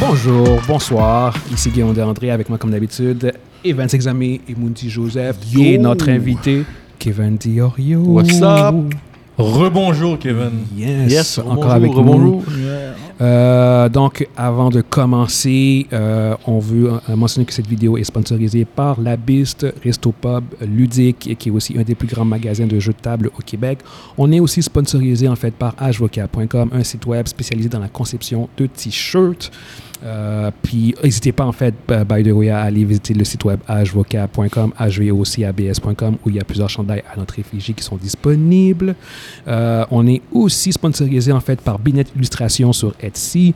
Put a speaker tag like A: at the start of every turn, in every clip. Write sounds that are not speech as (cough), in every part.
A: Bonjour, bonsoir, ici Guillaume André avec moi comme d'habitude, Evan Sexamé et Mounti Joseph et
B: Yo.
A: notre invité Kevin Diorio.
B: What's up? Rebonjour, Kevin.
A: Yes, encore avec nous. Euh, donc, avant de commencer, euh, on veut euh, mentionner que cette vidéo est sponsorisée par La Biste, Resto Pub, Ludique, et qui est aussi un des plus grands magasins de jeux de table au Québec. On est aussi sponsorisé en fait par hvocal.com, un site web spécialisé dans la conception de t-shirts. Euh, puis n'hésitez pas en fait, b- by the way, à aller visiter le site web hvocab.com, hvocabs.com où il y a plusieurs chandails à l'entrée Fiji qui sont disponibles. Euh, on est aussi sponsorisé en fait par Binette Illustration sur Etsy.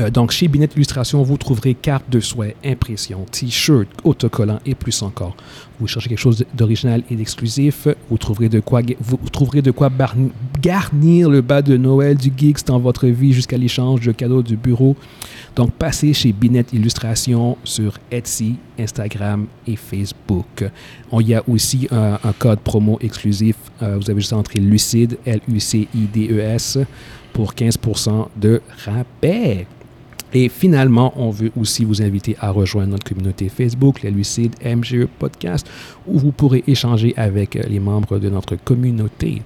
A: Euh, donc, chez Binette Illustration, vous trouverez cartes de souhait, impressions, t-shirts, autocollants et plus encore. Vous cherchez quelque chose d'original et d'exclusif, vous trouverez de quoi, gue- vous trouverez de quoi barni- garnir le bas de Noël du Geeks dans votre vie jusqu'à l'échange de cadeaux du bureau. Donc, passez chez Binette Illustration sur Etsy, Instagram et Facebook. On y a aussi un, un code promo exclusif. Euh, vous avez juste à entrer Lucide, L-U-C-I-D-E-S, E pour 15% de rabais. Et finalement, on veut aussi vous inviter à rejoindre notre communauté Facebook, les Lucides MGE E Podcast, où vous pourrez échanger avec euh, les membres de notre communauté.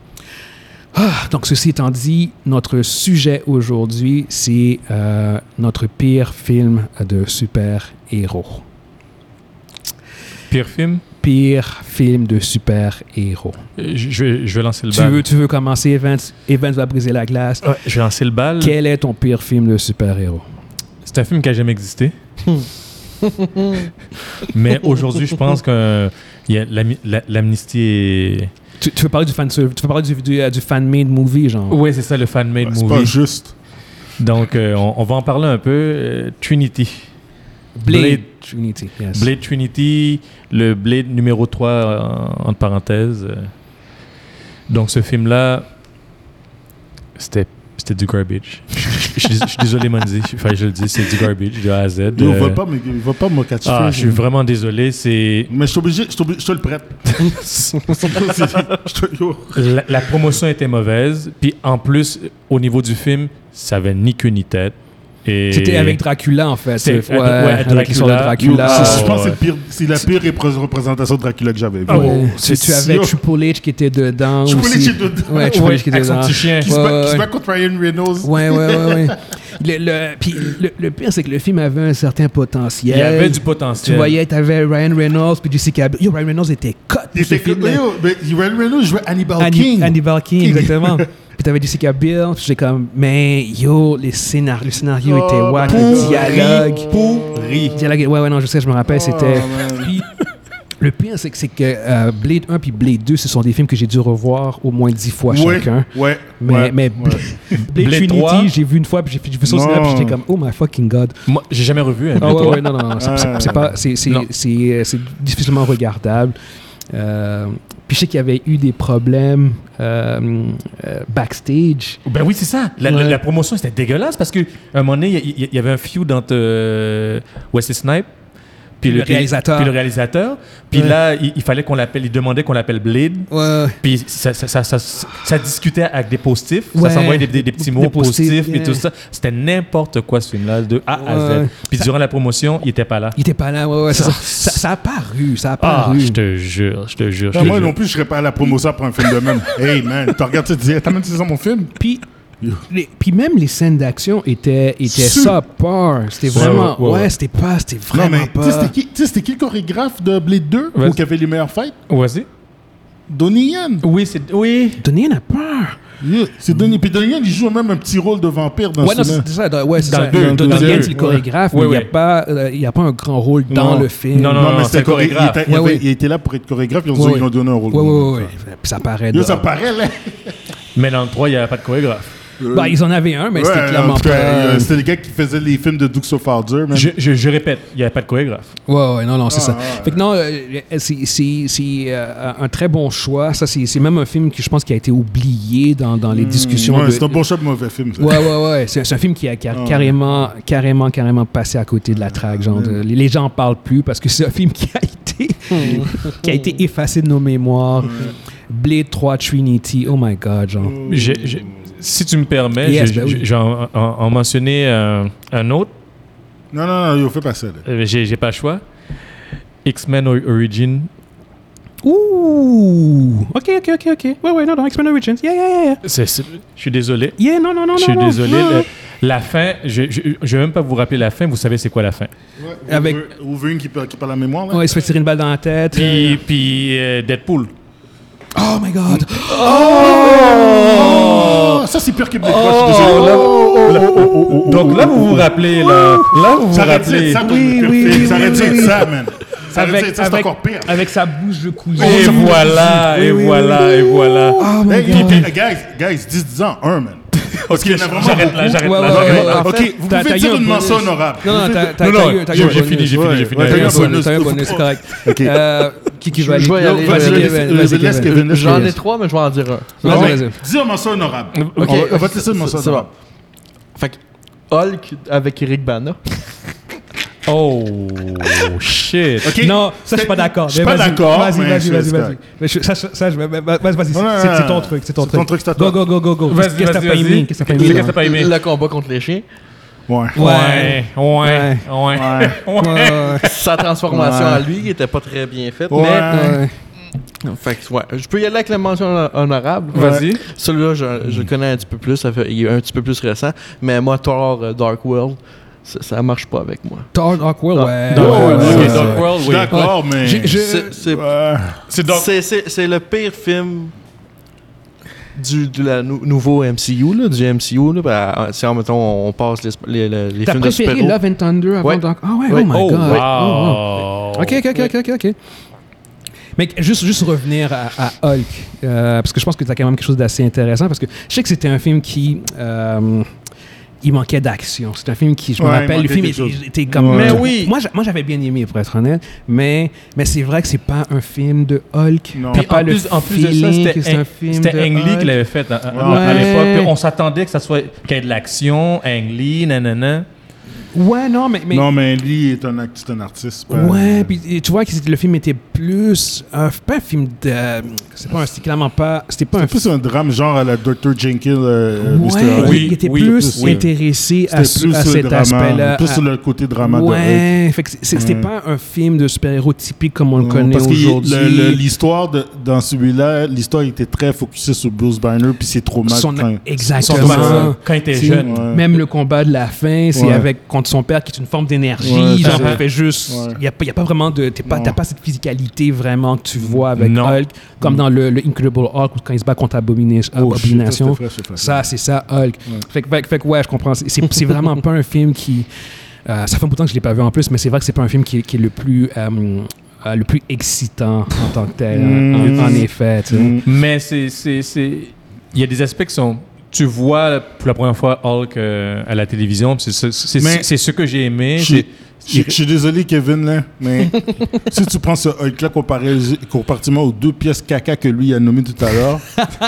A: Ah, donc, ceci étant dit, notre sujet aujourd'hui, c'est euh, notre pire film de super-héros.
B: Pire film?
A: Pire film de super-héros.
B: Euh, Je je vais, je vais lancer le
A: Tu
B: bal.
A: veux, tu veux commencer, Evans? Evans va briser la glace.
B: Ouais, je vais lancer le bal.
A: Quel est ton pire film de super-héros?
B: C'est un film qui n'a jamais (laughs) existé. Mais aujourd'hui, je pense que il y a l'ami- la- l'amnistie est...
A: Tu, tu veux parler du fan tu veux parler du, du, euh, du fan-made movie, genre?
B: Ouais, c'est ça, le fan-made
C: C'est pas
B: movie.
C: juste.
B: Donc, euh, on, on va en parler un peu. Euh, Trinity.
A: Blade.
B: Blade.
A: Trinity, yes. (laughs)
B: Blade Trinity, le Blade numéro 3, euh, entre parenthèses. euh. Donc, ce film-là, c'était c'était du garbage. Je- Je je suis désolé, Monzi. Enfin, je le dis, c'est du garbage de A à Z.
C: Yo,
B: Euh,
C: va pas me, va pas me catcher.
B: ah, je suis vraiment désolé. C'est
C: Mais je suis obligé, je suis obligé- je te le prête. (laughs) Je te- yo.
B: la, la promotion était mauvaise. Puis, en plus, au niveau du film, ça avait ni queue ni tête. Et-
A: C'était avec Dracula, en fait. euh,
B: C'est-
A: Ouais,
B: ouais,
A: avec l'histoire de
B: Dracula.
C: Yo,
A: Dracula.
C: c'est- je pense que c'est
B: ouais.
C: le pire- c'est la pire repré- représentation de Dracula que j'avais vue.
B: Ah
A: Ouais.
B: ouais.
A: Si
C: C'est
A: tu avais
C: sûr.
A: Triple H qui était dedans
C: Triple H
A: aussi.
C: est dedans.
A: Ouais, Triple H qui était
B: avec son
A: dedans.
B: petit chien.
C: Qui se
A: Ouais,
C: bat qui se
A: ouais.
C: bat contre Ryan Reynolds.
A: Ouais, ouais, ouais, ouais. Le, le- puis le, le pire, c'est que le film avait un certain potentiel.
B: Il y avait du
A: Tu
B: potentiel.
A: voyais, t'avais Ryan Reynolds puis Jessica Biel. Yo, Ryan Reynolds était cut
C: Il
A: pour ce
C: était comme,
A: film-là.
C: yo, mais Ryan Reynolds jouait Hannibal
A: Annie-
C: King.
A: Hannibal King,
C: King. (laughs)
A: exactement. puis t'avais Jessica Biel. puis J'étais comme, mais yo, les scénar le scénario était
C: Oh,
A: wack.
C: man.
A: Le dialogue.
C: Pourri.
A: dialogue. Ouais, ouais, non, je sais, je me
C: Oh,
A: rappelle. C'était.
C: man.
A: Puis, le pire, c'est que, c'est que euh, Blade 1 puis Blade 2, ce sont des films que j'ai dû revoir au moins dix fois
C: Ouais,
A: chacun.
C: ouais,
A: Mais-
C: ouais,
A: mais-
C: ouais.
A: Blade,
B: Blade
A: Trinity,
B: 3.
A: j'ai vu une fois, puis j'ai- j'ai vu son cinéma, puis
C: Non.
A: j'étais comme, oh my fucking
C: (laughs)
A: god.
B: Moi, j'ai jamais revu. hein,
A: Ah
B: mais
A: ouais,
B: toi?
A: ouais, non, non, non, c'est- c'est- c'est pas, c'est- c'est-
B: Non.
A: c'est euh, c'est difficilement regardable. Euh, puis je sais qu'il y avait eu des problèmes euh, euh, backstage.
B: Ben oui, c'est ça. La, la-
A: Ouais.
B: la promotion, c'était dégueulasse parce qu'à un moment donné, il y, il y avait un feud entre euh, Wesley Snipes puis
A: Le réalisateur.
B: Puis le réalisateur. Puis
A: Ouais.
B: là, il, il fallait qu'on l'appelle, il demandait qu'on l'appelle Blade.
A: Ouais.
B: Puis ça, ça, ça, ça- ça discutait avec des positifs.
A: Ouais.
B: Ça s'envoyait des, des- des petits
A: Des
B: mots
A: post-it,
B: positifs
A: yeah.
B: et tout ça. C'était n'importe quoi ce film-là, de A à
A: Ouais.
B: Z. Puis durant la promotion, il était pas là.
A: Il était pas là, ouais, ouais, c'est ça, ça, ça a paru, ça a
B: Ah,
A: paru.
B: je te jure, je te jure. je
C: Non,
B: te
C: moi
B: jure.
C: non plus, je serais pas à la promotion pour un film de même. Hey man, tu regardes ça, tu dis, Hey, t'as même saison mon film?
A: Puis,
C: Yo.
A: les- puis même les scènes d'action étaient, étaient
C: Su-
A: subpar. C'était
B: Ouais,
A: vraiment. Ouais,
B: ouais, ouais, ouais.
A: c'était pas. C'était
C: Non,
A: vraiment
C: mais tu sais,
A: pas.
C: c'était qui- tu sais, c'était qui le chorégraphe de Blade 2
B: Vas-y.
C: ou qui avait les meilleures fights?
B: Vas-y.
C: Donnie Yen.
B: Oui, c'est. Oui.
A: Donnie en a peur.
C: Yeah, C'est Donnie. Puis Donnie Yen, il joue même un petit rôle de vampire dans
A: Ouais,
C: ce
A: non,
C: film.
A: c'est c'est ça. dans- Ouais, c'est
B: Dans
A: ça.
B: le deux,
A: Donnie
B: dans le
A: Yen,
B: deux.
A: c'est le chorégraphe,
B: Ouais,
A: mais il n'y a,
B: ouais.
A: pas, euh, il y a pas un grand rôle dans
B: Non.
A: le film.
B: Non, non,
C: Non,
B: non,
C: mais
B: c'était
C: c'était
B: chorégraphe.
C: chorégraphe. Il, était- il
A: Ouais,
C: avait-
A: ouais.
C: il était là pour être chorégraphe, ils ont,
A: Ouais,
C: ils ont donné un rôle.
A: Ouais, ouais, ouais. Puis ça paraît.
C: Là,
A: dans-
C: ça paraît, là.
B: Mais dans le 3, il n'y avait pas de chorégraphe.
A: Bah, ils en avaient un, mais c'était
C: Ouais,
A: clairement
C: en tout
A: pas.
C: cas, euh, C'était le gars qui faisait les films de Dukes of Harder, man.
B: Je, je- je répète, il n'y avait pas de chorégraphe.
A: Ouais, ouais, non, non, c'est
C: Ah,
A: ça.
C: ouais.
A: Fait que non, euh, c'est- c'est c'est, euh, un très bon choix. Ça, c'est c'est même un film qui, je pense, qui a été oublié dans, dans les discussions.
C: Ouais,
A: de-
C: c'est un bon choix, mauvais film. ça.
A: Ouais, ouais, ouais. C'est c'est un film qui a, qui a carrément, carrément, carrément passé à côté de la traque. Genre, de- les- les gens en parlent plus parce que c'est un film qui a été, qui a été effacé de nos mémoires. Blade 3 Trinity, oh my god, genre.
B: Hmm. J'ai- j'ai- si tu me permets,
A: Yes,
B: j'ai-
A: ben oui.
B: j'ai- j'ai en, en- en mentionné euh, un autre
C: Non, non, non, yo, fais pas ça. là.
B: Euh, J'ai j'ai pas le choix. X-Men O- Origin.
A: Ouh! Ok, ok, ok, ok. Ouais, ouais, non, non, X-Men Origins. Yeah, yeah, yeah.
B: C'est- c'est- Je suis désolé.
A: Yeah, non, non, non,
B: Je suis
A: non, Ah! non.
B: désolé.
A: Non,
B: le- La fin, je ne vais même pas vous rappeler la fin. Vous savez c'est quoi la fin.
A: Avec-
C: Ouvre- Ouvre une qui parle qui parle la mémoire.
A: non.
C: Là.
A: Ouais, il se fait tirer une balle dans la tête.
B: Puis, puis euh, Deadpool.
A: Oh my god!
C: Oh, ça, c'est pire que Black Cross. oh,
B: Donc là, vous vous rappelez. Là, là vous vous
C: Ça aurait dû
B: rappelez.
C: être ça, ton
A: Oui,
C: pire
A: oui,
C: film.
A: oui,
C: Ça aurait
A: oui,
C: dû être
A: oui.
C: ça, man. Ça aurait dû
A: avec,
C: être ça, c'est
A: avec-
C: encore pire.
A: avec sa bouche de couillon.
B: Et voilà, et voilà, et voilà.
A: Ah,
C: Hey, puis- puis- guys, guys, 10, 10 ans, un, man. Parce qu'il y en a vraiment
B: J'arrête là,
C: beaucoup.
B: j'arrête
A: Ouais,
B: là.
A: ouais,
B: j'arrête
A: ouais,
B: là.
A: ouais. En
C: Ok,
A: fait,
C: vous
A: t'as-
C: pouvez
A: t'as eu
C: dire
A: un
C: une mention
A: bonus.
C: honorable.
A: Non, non,
C: Vous
A: t'as
C: pouvez-
A: t'as-
C: Non,
A: t'as eu
C: non,
A: t'as eu
B: J'ai
A: un
B: j'ai
A: bonus.
B: fini, j'ai fini, j'ai fini.
A: T'as
C: Ouais,
A: eu un
C: T'as eu un
A: bonus, t'as eu un
C: bonus.
A: bonus, c'est correct.
C: Ok.
A: Euh, Qui qui va
D: Je- je vais y
A: aller?
D: aller,
A: Vas-y,
D: je vais y
A: Kevin,
C: aller.
A: vas-y,
C: Je laisse
A: Kevin.
C: Kevin.
D: J'en ai trois, mais je vais en dire un.
A: Vas-y,
C: Ouais,
A: vas-y.
C: Dis une mention honorable. On
D: Ok,
C: va- on va te laisser une mention
D: C'est bon.
C: honorable.
D: Fait que Hulk avec Eric Bana.
B: Oh, shit.
C: Ok.
A: Non, ça, je suis pas d'accord.
C: Je suis
A: Mais
C: pas
A: vas-y,
C: d'accord,
A: Vas-y,
C: mais
A: vas-y,
C: je-
A: vas-y,
C: c'est
A: vas-y.
C: correct.
A: Mais je- Ça, ça, ça, je vais- vas- vas- vas-y,
C: Non, non,
A: c'est- c'est
C: non,
A: ton
C: non.
A: truc, c'est ton
C: C'est ton
A: truc.
C: truc, c'est à
A: Go,
C: toi.
A: go, go, go, go. Qu'est-ce
B: Vas-y,
A: que t'as
B: vas-y,
A: pas
B: vas-y.
A: aimé? Qu'est-ce que t'as pas
B: C'est
A: aimé?
B: qu'est-ce que t'as pas aimé?
D: Le combat contre les chiens.
C: Ouais.
A: Ouais.
B: Ouais, ouais, ouais, ouais.
A: Ouais.
D: Sa transformation
C: Ouais.
D: à lui qui était pas très bien faite.
C: Ouais.
A: Ouais.
D: Mais fait que, ouais, je peux y aller avec la mention hon- honorable.
B: Vas-y.
D: Celui-là, je, je le connais un petit peu plus. Ça fait, il est un petit peu plus récent. Mais moi, Thor euh, Dark World, ça, ça marche pas avec moi.
A: Thor Dark World, ouais.
B: Dark
A: Ouais,
B: World,
A: ouais,
B: ok,
A: ouais.
B: Dark World,
C: Je
B: oui.
C: suis d'accord, mais.
A: J'ai- j'ai-
D: C'est- c'est-
C: Ouais.
B: C'est (laughs) donc.
D: C'est- C'est c'est le pire film du de la nou- nouveau MCU, là, du MCU. Là, ben, si, en mettons, on passe les, les, les, les
A: T'as
D: films de
A: préféré
D: super-héros.
A: Love and Thunder avant
D: Ouais.
A: Dark Ah ouais,
D: Ouais.
A: oh my
B: Oh,
A: god. Oh,
B: wow.
A: oh. Ok, ok, ok, ok, ok. ok. Mais juste, juste revenir à, à Hulk, euh, parce que je pense que t'as quand même quelque chose d'assez intéressant, parce que je sais que c'était un film qui... euh, il manquait d'action. C'est un film qui, je me
C: Ouais, il
A: rappelle, le
C: manquait
A: film
C: quelque chose.
A: il- il était comme...
C: Ouais.
D: Mais oui.
A: Moi, j'a- moi, j'avais bien aimé, pour être honnête, mais, mais c'est vrai que c'est pas un film de Hulk.
C: Non.
A: T'as
B: Puis
A: pas
B: en
A: le
B: plus, en plus de ça,
A: feeling que
B: c'était
A: c'est un
B: Ang-
A: film de
B: c'était Ang Lee
A: Hulk.
B: qui l'avait fait hein, à, à- à
A: Ouais.
B: l'époque. Puis On s'attendait que ça soit qu'il y ait de l'action, Ang Lee, nanana.
A: Ouais, non, mais... mais-
C: Non, mais lui, est un, act- c'est un artiste. pas-
A: Ouais, puis et tu vois que c'était- le film était plus un, pas un film de c'est pas un c'est clairement pas c'était pas un
C: C'est plus un drame genre à la Dr. Jenkins, euh,
A: Ouais,
C: Mr. Hyde.
A: il- il était
B: Oui,
A: plus
C: oui.
A: intéressé à,
C: C'était
A: ce-
C: plus
A: à
C: le
A: cet
C: drama,
A: aspect-là.
C: Plus
A: à-
C: sur le côté drama de
A: ouais, fait que c'est- c'est- c'était
C: Ouais.
A: pas un film de super-héros typique comme on le
C: Non,
A: connaît
C: Parce que le- le-
A: aujourd'hui.
C: l'histoire de- dans celui-là, l'histoire était très focusée sur Bruce Banner puis ses traumas.
A: Son-
C: quand-
B: Son
A: Exactement.
B: quand il était
A: C'est-
B: jeune.
C: Ouais.
A: Même le combat de la fin, c'est
C: Ouais.
A: avec contre son père qui est une forme d'énergie.
C: Ouais,
A: genre,
B: c'est-
A: il fait juste.
C: Ouais.
A: Il n'y a, pas- y a pas vraiment de. t'es pas-
C: Non.
A: T'as pas, cette physicalité vraiment que tu vois avec
B: Non.
A: Hulk, comme dans le, le Incredible Hulk, où quand il se bat contre Abomina-
C: Mm. Oh, shit,
A: Abomination.
C: ça, c'était frais,
A: Ça,
C: ça,
A: c'est ça, Hulk. Fait, que- fait que- fait que ouais, je comprends. C'est- C'est c'est vraiment pas un film qui. euh, ça fait un bout de temps que je l'ai pas vu en plus, mais c'est vrai que c'est pas un film qui, est- qui est le plus. euh, euh, le plus excitant en tant que tel,
C: Mm.
A: en, en effet. tu sais.
C: Mm.
B: Mais c'est, c'est, c'est... il y a des aspects qui sont. Tu vois pour la première fois Hulk euh, à la télévision, puis c'est, ce- c'est,
C: Mais-
B: c'est ce que j'ai aimé.
C: Je
B: J'ai-
C: suis- je je suis désolé, Kevin, là, mais (laughs) si tu prends ce Hulk-là comparé- comparativement aux deux pièces caca que lui a nommées tout à
A: (laughs)
C: l'heure,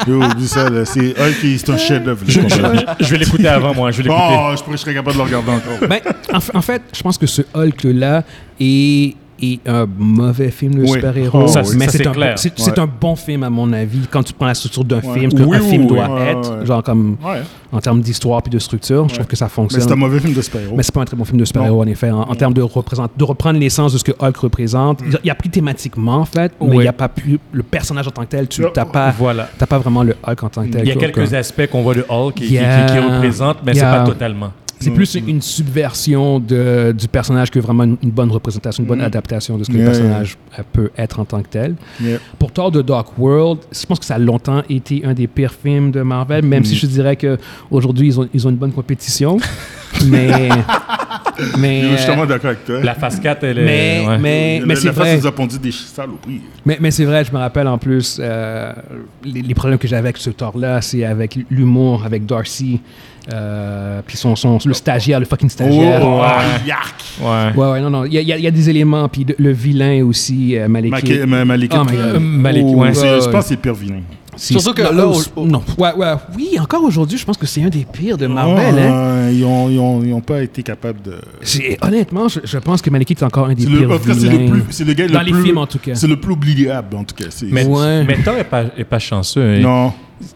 C: yo, oublie ça, là, c'est Hulk, c'est un chef-d'œuvre. là, comparé.
B: Je vais l'écouter avant moi, je vais l'écouter.
C: Oh, je pourrais- je serais capable de le regarder encore.
A: Ben, en, f- en fait, je pense que ce Hulk-là est, est un mauvais film de
C: Oui.
A: super-héros.
C: Oh,
B: Ça,
A: mais
B: ça,
A: c'est
B: c'est
A: un,
B: clair.
A: bon- c'est- c'est
C: Ouais.
A: un bon film, à mon avis, quand tu prends la structure d'un
C: Ouais.
A: film, ce
B: Oui,
A: qu'un
B: oui,
A: film
B: oui.
A: doit
C: Ouais,
A: être,
C: ouais, ouais.
A: genre comme
C: Ouais.
A: en termes d'histoire puis de structure, je trouve que ça
C: Mais c'est un
A: fonctionne.
C: mauvais film de super-héros.
A: Mais c'est pas un très bon film de super-héros, en effet,
B: Mm.
A: en, en termes de, représent- de reprendre l'essence de ce que Hulk représente. Il- Il a pris thématiquement, en fait, mais
B: Ouais.
A: il n'y a pas pu. Le personnage en tant que tel, tu
C: Non.
A: n'as pas,
B: Voilà.
A: t'as pas vraiment le Hulk en tant que tel.
B: Il y a
A: quoi,
B: quelques
A: quoi.
B: aspects qu'on voit de Hulk qui, qui-
A: Yeah.
B: qui, qui représente, mais
A: Yeah.
B: c'est pas totalement.
A: C'est plus
C: Mm-hmm.
A: une subversion de, du personnage que vraiment une, une bonne représentation, une bonne adaptation de ce que le
C: Mm-hmm. Yeah,
A: personnage euh, peut être en tant que tel.
C: Yeah.
A: Pour Thor de Dark World, je pense que ça a longtemps été un des pires films de Marvel, même
C: Mm-hmm.
A: si je dirais qu'aujourd'hui, ils ont, ils ont une bonne
C: (laughs)
A: compétition. mais. mais
C: Yo, Je suis
A: euh,
C: tellement d'accord avec toi.
B: La phase 4, elle est.
A: mais,
B: ouais.
A: mais,
C: La-
A: mais c'est
C: la face
A: vrai.
C: nous a pondu des saloperies.
A: Mais, mais c'est vrai, je me rappelle en plus, euh, les, les problèmes que j'avais avec ce Thor-là, c'est avec l'humour, avec Darcy, euh, puis son, son, le stagiaire, le fucking stagiaire.
C: Oh,
B: Ouais.
C: ah, yark.
B: Ouais.
A: Ouais, ouais, non, non. Il y, a- il y a- il y a des éléments, puis de- le vilain aussi, euh, Malekith.
C: Maquet- ma- Malekith.
A: Oh my God.
C: Euh,
B: Malekith,
C: oh,
B: ouais.
C: c'est- Je
A: Ouais.
C: pense que c'est pire vilain.
A: C'est-
D: Surtout que
A: non,
D: là,
A: oh,
D: au-
A: c'est- non. Ouais, ouais. Oui, encore aujourd'hui, je pense que c'est un des pires de Marvel.
C: Ouais,
A: hein.
C: ouais, Ils n'ont pas été capables de.
A: C'est- Honnêtement, je, je pense que Malekith est encore un des
C: C'est le,
A: pires
C: en tout cas, c'est
A: vilains.
C: le plus, c'est le gars
A: Dans
C: le
A: les
C: plus-
A: films, en tout cas.
C: C'est le plus oubliable, en tout cas. c'est-
B: Mais,
A: Ouais.
B: mais Thor est pas, est pas chanceux. hein.
C: non.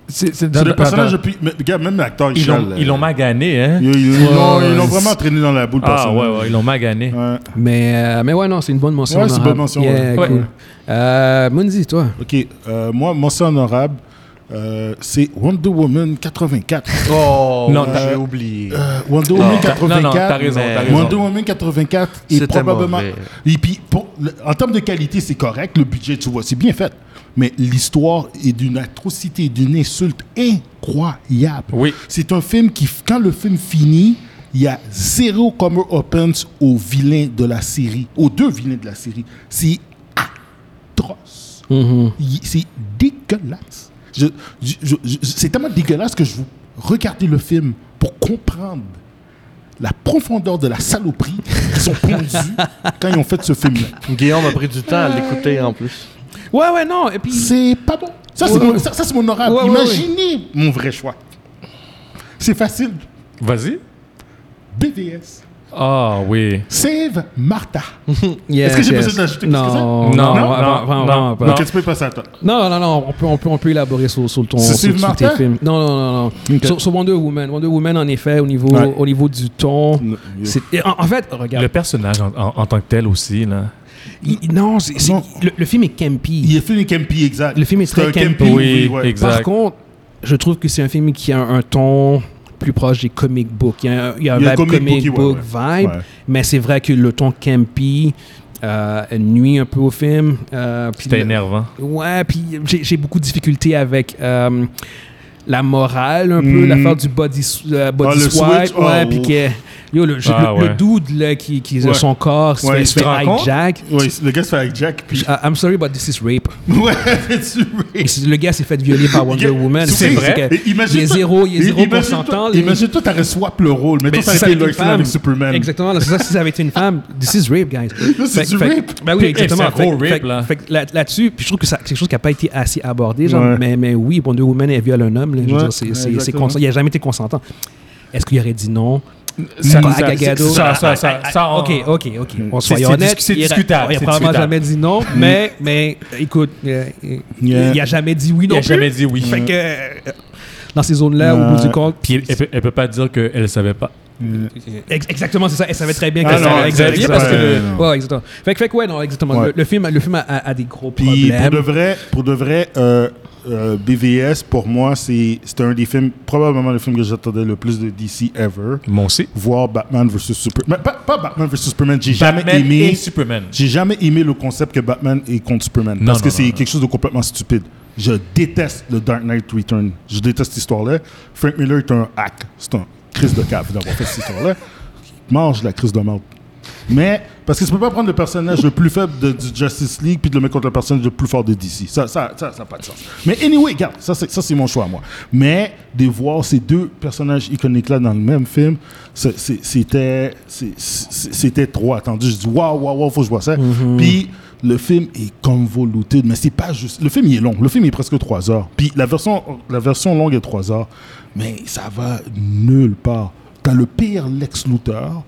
B: C'est c'est
C: C'est
B: dans-
C: le
B: dans-
C: personnage
B: dans-
C: depuis. mais Regarde, même l'acteur, il
B: Ils l'ont-
C: chiale,
B: ils l'ont
C: là.
B: magané, hein?
C: Ils ils- ils l'ont
B: Ouais,
C: ils l'ont
B: ouais.
C: vraiment traîné dans la boue, le
B: Ah, ouais,
C: personnage.
B: ouais, ils l'ont magané.
C: Ouais.
A: Mais, euh, mais ouais, non, c'est une bonne mention.
C: Ouais, c'est une
A: honorable.
C: bonne mention,
A: Yeah,
B: ouais.
A: cool.
B: Ouais.
A: Euh, Munzi, toi.
C: Ok, euh, moi, mention honorable, euh, c'est Wonder Woman 84.
D: Oh,
B: Non,
D: j'ai
C: t'as-
D: oublié.
C: Euh, Wonder
B: Non,
C: Woman
B: t'as- non, non,
C: 84.
B: t'as raison,
D: mais-
B: t'as raison.
C: Wonder Woman 84 est
D: C'était
C: probablement.
D: mauvais.
C: Et puis, pour- le- en termes de qualité, c'est correct. Le budget, tu vois, c'est bien fait. Mais l'histoire est d'une atrocité, d'une insulte incroyable.
B: Oui.
C: C'est un film qui, quand le film finit, il y a zéro comer opens aux vilains de la série, aux deux vilains de la série. C'est atroce.
D: Mm-hmm.
C: Il- C'est dégueulasse. Je- je- je- je- c'est tellement dégueulasse que je vous regardez le film pour comprendre la profondeur de la saloperie qui sont
A: (laughs)
C: pondus quand ils ont fait ce film-là.
D: Guillaume a pris du temps à l'écouter en plus.
A: Ouais, ouais, non. Et puis,
C: C'est pas bon. Ça, c'est
A: Ouais,
C: mon,
A: ouais.
C: ça, ça, c'est mon honorable.
A: Ouais, ouais,
C: Imaginez mon vrai choix. C'est facile.
B: Vas-y.
C: BVS.
B: Ah, oui.
C: Save Martha.
A: yes,
C: Est-ce que j'ai
A: yes.
C: besoin d'ajouter quelque
A: non,
C: chose?
A: non,
B: Non,
A: non,
B: non,
A: vraiment,
B: non,
A: vraiment pas.
B: non.
A: non,
C: Ok, tu peux passer à toi.
A: non, non, on peut, on peut, on peut élaborer sur, sur ton,
C: Sur
A: sur,
C: Steve
A: sur tes
C: Martin?
A: films. Non, non, non, non.
C: Ok.
A: Sur, sur Wonder Woman. Wonder Woman, en effet, au niveau,
C: Ouais.
A: au niveau du ton.
C: Mm, yeah.
A: c'est- et En, en fait, regarde.
B: Le personnage en, en- en tant que tel aussi, là.
A: il- non, c'est- c'est-
C: Non.
A: Le, le film est campy.
C: Il est fait une Kempi, exact.
A: Le film est
C: C'est
A: très
C: un
A: campy.
C: campy
B: Oui,
C: ouais.
B: exact.
A: Par contre, je trouve que c'est un film qui a un ton plus proche des comic book. Il y a, un- il y a un
C: Il y a
A: vibe
C: comic
A: comic
C: booky,
A: book
C: ouais,
A: vibe,
C: Ouais.
A: mais c'est vrai que le ton campy euh, nuit un peu au film. euh, puis
B: C'était
A: le-
B: énervant.
A: Ouais, puis j'ai j'ai beaucoup de difficultés avec euh, la morale, un peu,
C: Mm.
A: l'affaire du body, euh, body
C: Ah, le
A: swipe.
C: switch,
A: ouais,
C: oh.
A: puis que. Yo, le,
B: Ah,
A: le- le
B: ouais.
A: dude, là, qui, qui
C: Ouais.
A: son corps, se
C: Ouais,
A: fait,
C: il
A: se
C: se
A: fait
B: rend compte?
A: hijack.
C: Ouais, le gars se fait avec Jack, puis.
A: Uh, I'm sorry, but this is rape.
C: (laughs) Ouais, tu
A: Et c'est- le gars s'est fait violer par
C: (laughs)
A: Wonder Woman.
C: C'est
A: Tu sais,
B: vrai?
A: que-
C: Et imagine
A: Il est
C: toi-
A: zéro, il est
C: et-
A: zéro pour
C: imagine
A: cent
C: toi-
A: temps, les-
C: Imagine-toi, t'aurais swap le rôle. Mais, toi, ça
A: si
C: aurait été
A: avait été
C: Lois Lane
A: femme-
C: avec Superman.
A: Exactement, là, c'est ça, si ça avait été une femme, this is rape,
B: (laughs)
A: guys.
C: c'est
A: Fait-
C: du
A: fait-
C: rape.
A: Ben oui,
B: Puis,
A: exactement.
B: c'est un gros
A: Fait-
B: rape,
A: fait-
B: là.
A: fait que là- Là-dessus, puis je trouve que c'est quelque chose qui n'a pas été assez abordé. Genre,
C: Ouais.
A: mais, mais oui, Wonder Woman, elle viole un homme. là. je veux
C: Ouais,
A: dire, c'est- c'est- c'est
C: exactement.
A: consen- il n'a jamais été consentant. Est-ce qu'il aurait dit non?
B: Ça-
A: Pas à
B: ça-
A: Gagado.
B: ça- ça- ça-
A: Ah,
B: ça- Hmm.
A: ok, ok, ok. On
B: C'est-
A: soit
B: c'est
A: honnête.
B: dis- c'est
A: il a-
B: discutable,
A: Il n'a
B: c'est
A: probablement
B: discutable. Hmm.
A: jamais dit non, mais, mais écoute, euh, il n'a jamais dit oui
B: Il
A: non
B: a
A: plus.
B: jamais dit oui.
A: Fait que, euh, dans ces zones-là, au bout
C: Ouais.
A: du compte,
B: Puis elle, elle peut, elle peut pas dire qu'elle savait pas.
A: Ex- Exactement, c'est ça. Elle savait très bien
C: Ah
A: qu'elle
C: non,
A: savait
C: exact-
A: Xavier parce que.
C: ouais,
A: le-
C: non.
A: Ouais, exactement. Fait que, fait que ouais, non, exactement.
C: Ouais.
A: Le, le film, le film a, a- a des gros
C: Puis pour de
A: problèmes.
C: vrai, pour de vrai euh, euh, BVS, pour moi, c'est c'est un des films, probablement le film que j'attendais le plus de DC ever.
B: Mon aussi.
C: Voir Batman vs Superman. Pas, pas Batman vs Superman, j'ai jamais aimé.
B: et Superman.
C: J'ai jamais aimé le concept que Batman est contre Superman.
B: Non,
C: parce
B: non,
C: que
B: non,
C: c'est
B: non.
C: quelque chose de complètement stupide. Je déteste le Dark Knight Return. Je déteste cette histoire-là. Frank Miller est un hack. C'est un crise de cave d'avoir fait cette histoire-là. Mange la crise de merde. Mais, parce que tu peux pas prendre le personnage le plus faible de, du Justice League puis de le mettre contre le personnage le plus fort de DC. Ça, ça, ça, ça n'a pas de sens. Mais anyway, regarde, ça, c'est, ça, c'est mon choix, moi. Mais, de voir ces deux personnages iconiques-là dans le même film, c'est- c'est- c'était, c'est- c'est- c'était trop attendu. Je dis, waouh, waouh, waouh, faut que je vois ça. Puis, le film est convoluté, mais c'est pas juste. Le film, il est long. Le film est presque trois heures. Puis, la version, la version longue est trois heures. Mais ça va nulle part. T'as le pire Lex Luthor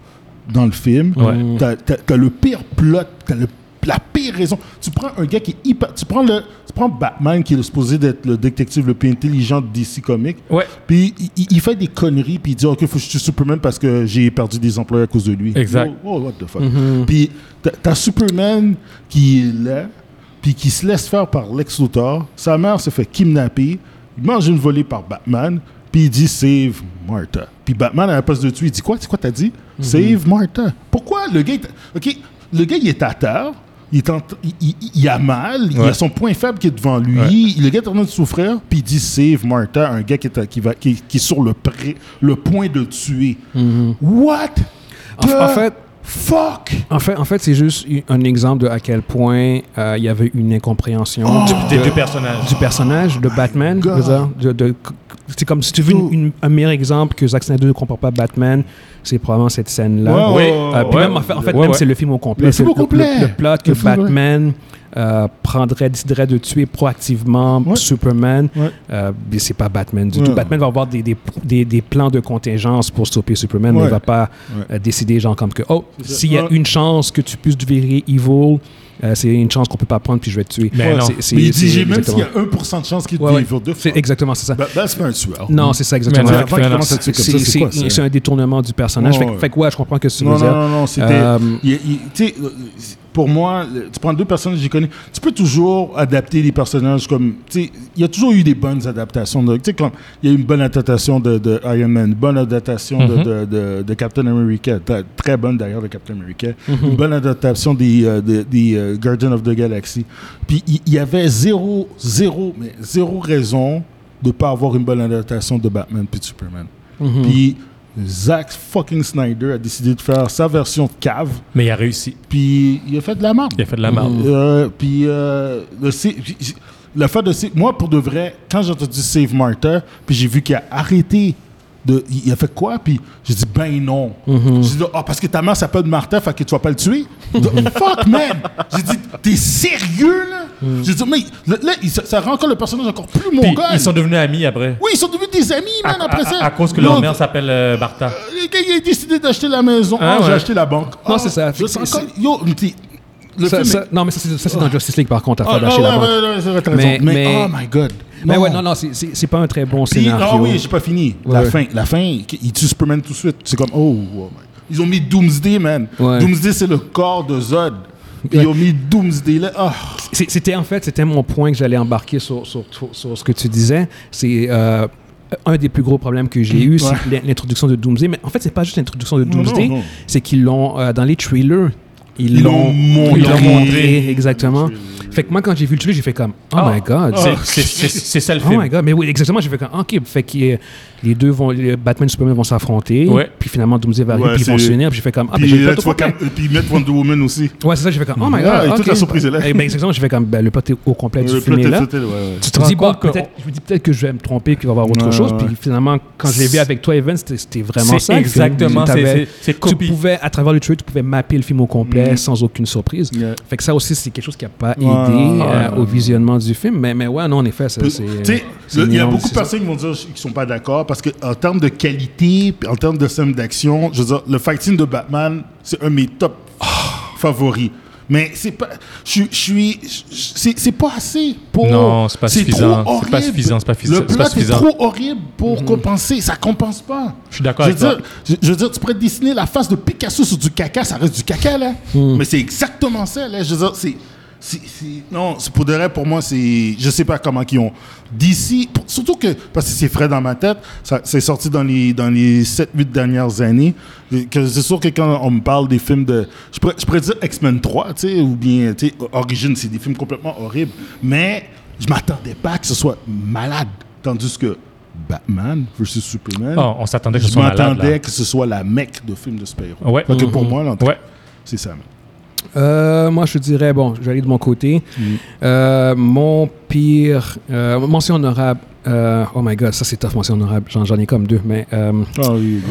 C: dans le film.
B: Ouais.
C: T'as, t'as- t'as le pire plot, t'as le- la pire raison. Tu prends un gars qui est hyper. Tu prends, le, tu prends Batman, qui est supposé d'être le détective le plus intelligent de DC Comics.
B: Ouais.
C: Puis il- il, il fait des conneries, puis il dit Ok, faut que je tue Superman parce que j'ai perdu des employés à cause de lui.
B: Exact. Mm-hmm.
C: Oh, oh, what the fuck. Puis t'as- t'as Superman qui est là, puis qui se laisse faire par Lex Luthor. Sa mère se fait kidnapper. Il mange une volée par Batman, puis il dit Save Martha. Puis Batman, à la place de tuer, il dit Quoi C'est quoi t'as dit
B: Mm-hmm.
C: Save Martha. Pourquoi le gars. est- Ok, le gars, il est à terre. Il, est en- il- il- il a mal, il
B: Ouais.
C: a son point faible qui est devant lui,
B: Ouais.
C: le gars est en train de souffrir, puis il dit Save Martha, un gars qui est, à- qui va, qui, qui est sur le, pré- le point de tuer. What?
A: En-
C: the
A: en fait-
C: fuck!
A: En fait, en fait c'est juste u- un exemple de à quel point euh,
C: Oh,
A: il y avait une incompréhension du,
B: Des deux personnages.
A: du personnage de Batman,
C: God.
A: je veux dire, de, de c- C'est comme si tu veux une- une- un meilleur exemple que Zack Snyder ne compare pas à Batman, c'est probablement cette scène-là.
C: Ouais,
B: Oui.
C: ouais,
A: Euh, puis
C: ouais.
A: même, en fait, en fait,
B: Ouais,
A: même
B: ouais.
A: c'est le film au complet.
C: Le
A: C'est
C: film au
A: Le,
C: complet.
A: le plot que
C: Le film, ouais.
A: Batman euh, prendrait, déciderait de tuer proactivement
C: Ouais.
A: Superman.
C: Ouais.
A: Euh, mais c'est pas Batman du
C: Ouais.
A: tout. Batman va avoir des, des, des, des plans de contingence pour stopper Superman, mais
C: Ouais.
A: il va pas
C: Ouais.
A: euh, décider genre comme que oh
C: C'est ça.
A: s'il y a
C: Ouais.
A: une chance que tu puisses devenir evil, euh, c'est une chance qu'on peut pas prendre puis je vais te tuer.
B: Mais non.
A: C'est- c'est-
C: Mais il
A: c'est
C: dit, j'ai même s'il
A: exactement-
C: y a 1% de chance qu'il
A: Ouais,
C: devient
A: ouais.
C: evil deux fois.
A: C'est exactement c'est ça.
C: Ben, ben, c'est pas un tueur.
A: Non, c'est ça exactement.
B: Mais
C: Mais
B: Ouais,
C: avant qu'il commence à tuer comme ça,
A: C'est-
C: c'est quoi ça?
A: C'est c'est un détournement du personnage.
C: Ouais,
A: Fait que-
C: ouais.
A: Fait que ouais, je comprends que tu veux
C: Non, non,
A: dire.
C: non, non, c'était.
A: Euh,
C: il- il- tu sais, euh, pour moi, le- tu prends deux personnages que j'ai connus. Tu peux toujours adapter les personnages comme. Tu sais, il y a toujours eu des bonnes adaptations. de- Tu sais, quand il y a eu une bonne adaptation de, de Iron Man, une bonne adaptation de-
B: Mhm.
C: de, de- de Captain America, ta- très bonne d'ailleurs de Captain America,
A: Mhm.
C: une bonne adaptation des, euh, des, des, euh, Guardians of the Galaxy. Puis il il y, avait zéro, zéro, mais zéro raison de pas avoir une bonne adaptation de Batman puis de Superman.
B: Hmm.
A: mhm.
C: Puis Zack fucking Snyder a décidé de faire sa version de cave.
B: Mais il a réussi.
C: Puis il a fait de la merde.
B: Il a fait de la merde.
A: Oh.
C: Euh, puis euh, le C- puis j- la fin de C- moi pour de vrai, quand j'ai entendu Save Martha, puis j'ai vu qu'il a arrêté. De, il il a fait quoi? Puis j'ai dit, ben non.
B: Mhm.
C: J'ai dit, ah, parce que ta mère s'appelle Martha, fait que tu vas pas le tuer? J'ai dit, (laughs) Fuck, man! J'ai dit, t'es sérieux, là? J'ai dit, mais là, là, il- ça, ça rend encore le personnage encore plus
B: Mhm. Puis,
C: mongol.
B: ils sont devenus amis après.
C: Oui, ils sont devenus des amis, man,
B: à,
C: après
B: à-
C: ça.
B: à cause que leur
C: Non,
B: mère s'appelle euh, Bartha.
C: le gars, il a décidé d'acheter la maison.
B: Ah
C: Ah, j'ai
B: ouais.
C: acheté la banque.
A: Non,
C: Ah,
A: c'est ça.
C: Je
A: C'est-
C: sens encore- Yo, mais t'es- le
A: Ça-
C: film
A: ça-
C: est-
A: Non, mais ça, c'est ça, c'est dans Justice League par contre, à
C: Ah,
A: faire lâcher
C: ah,
A: la
C: ouais,
A: banque.
C: ouais, ouais, c'est vrai, t'as
A: Mais-
C: raison. Mais,
A: mais-
C: oh my God.
A: Mais ouais, non, non, c'est- c'est c'est pas un très bon
C: Puis,
A: scénario.
C: ah oui, j'ai pas fini. la
A: Ouais.
C: fin, la fin, ils tuent Superman tout de suite. C'est comme, oh, oh my- Ils ont mis Doomsday, man.
A: Ouais.
C: Doomsday, c'est le corps de Zod.
A: Ouais.
C: Ils ont mis Doomsday là. Ah.
A: C'est- C'était en fait, c'était mon point que j'allais embarquer sur, sur, sur- sur ce que tu disais. C'est euh, un des plus gros problèmes que j'ai eu, c'est l'in- l'introduction de Doomsday. Mais en fait, c'est pas juste l'introduction de
C: Non, non,
A: Doomsday,
C: non.
A: c'est qu'ils l'ont euh, dans les trailers.
C: Ils l'ont
A: ils l'ont
C: montré.
A: montré, exactement. Fait que moi, quand j'ai vu le trailer, j'ai fait comme Oh
B: Ah.
A: my god!
B: C'est- c'est- C'est c'est ça le
A: Oh
B: film.
A: my god, mais oui, exactement, j'ai fait comme OK, fait que euh, les deux vont, les Batman et Superman vont s'affronter,
B: Ouais.
A: puis finalement Doomsday va arriver,
C: Ouais,
A: puis ils vont
C: c'est-
A: s'unir, puis j'ai fait comme Ah, mais
C: Puis
A: j'ai le
C: là, tu
A: plot au
C: vois
A: complet.
C: quand- puis ils mettent Wonder Woman aussi.
A: Ouais, c'est ça, j'ai fait comme Oh my god,
C: Ah, et toute
A: ok.
C: la surprise est là.
A: Eh ben, exactement, j'ai fait comme ben, le plot est au complet du
C: Le
A: film
C: plot
A: est
C: est
A: là.
C: sauté, Euh, ouais, ouais.
B: Tu te
A: Je me
B: rends
A: dis, bon,
B: compte que
A: peut-être, je me dis peut-être que je vais me tromper, qu'il va y avoir autre
C: Ouais,
A: chose.
C: ouais,
A: Puis
C: ouais.
A: finalement, quand je l'ai vu avec toi, Evan, c'était c'était vraiment
B: c'est
A: ça. le film.
B: exactement, c'est-
A: T'avais-
B: c'est c'est
A: Tu
B: copie.
A: pouvais, à travers le trailer, tu pouvais mapper le film au complet
C: Mhm.
A: sans aucune surprise.
C: Yeah.
A: Fait que ça aussi, c'est quelque chose qui n'a pas aidé
C: Ouais, ouais,
A: euh,
B: ouais.
A: au visionnement du film. Mais, mais ouais, non, en effet, ça,
C: Tu
A: c'est. euh,
C: sais,
A: c'est
C: le- il y a
A: énorme,
C: beaucoup de
A: c'est ça.
C: personnes qui vont dire qu'ils sont pas d'accord parce que en termes de qualité, puis en termes de scène d'action, je veux dire, le fighting de Batman, c'est un de mes top
A: Ah.
C: favoris. Mais c'est pas, je suis- je suis, je- c'est c'est pas assez pour.
B: Non, c'est pas suffisant.
C: trop
B: C'est pas
C: horrible.
B: suffisant, c'est pas fis-
C: Le
B: c'est pas
C: plot est
B: suffisant. Mm-hmm.
C: trop horrible pour compenser. Ça compense pas.
B: Je suis d'accord
C: Je veux
B: avec toi.
C: dire, je, je veux dire, tu pourrais dessiner la face de Picasso sur du caca, ça reste du caca, là. Mais c'est exactement ça, là. Je veux dire, c'est. c'est- c'est- non, c'est pour de vrai, pour moi, c'est. Je sais pas comment qu'ils ont. D'ici. pour- Surtout que. Parce que c'est frais dans ma tête, ça- c'est sorti dans les, dans les 7-8 dernières années. Et que C'est sûr que quand on me parle des films de. Je pourrais, je pourrais dire X-Men 3, tu sais, ou bien, tu sais, Origin, c'est des films complètement horribles. Mais je m'attendais pas que ce soit malade. Tandis que Batman versus Superman.
B: Oh, on s'attendait que ce
C: Je
B: soit malade.
C: m'attendais
B: là.
C: que ce soit la mecque de films de super-héros.
B: Ouais.
C: Fait que
A: Mmh.
C: pour moi, l'entrée,
B: Ouais.
C: c'est ça.
A: Euh, moi, je dirais, bon, je vais aller de mon côté.
C: Mm.
A: Euh, mon pire. euh, mention honorable. euh, oh my god, ça c'est tough, mention honorable. J'en j'en ai comme deux, mais. euh,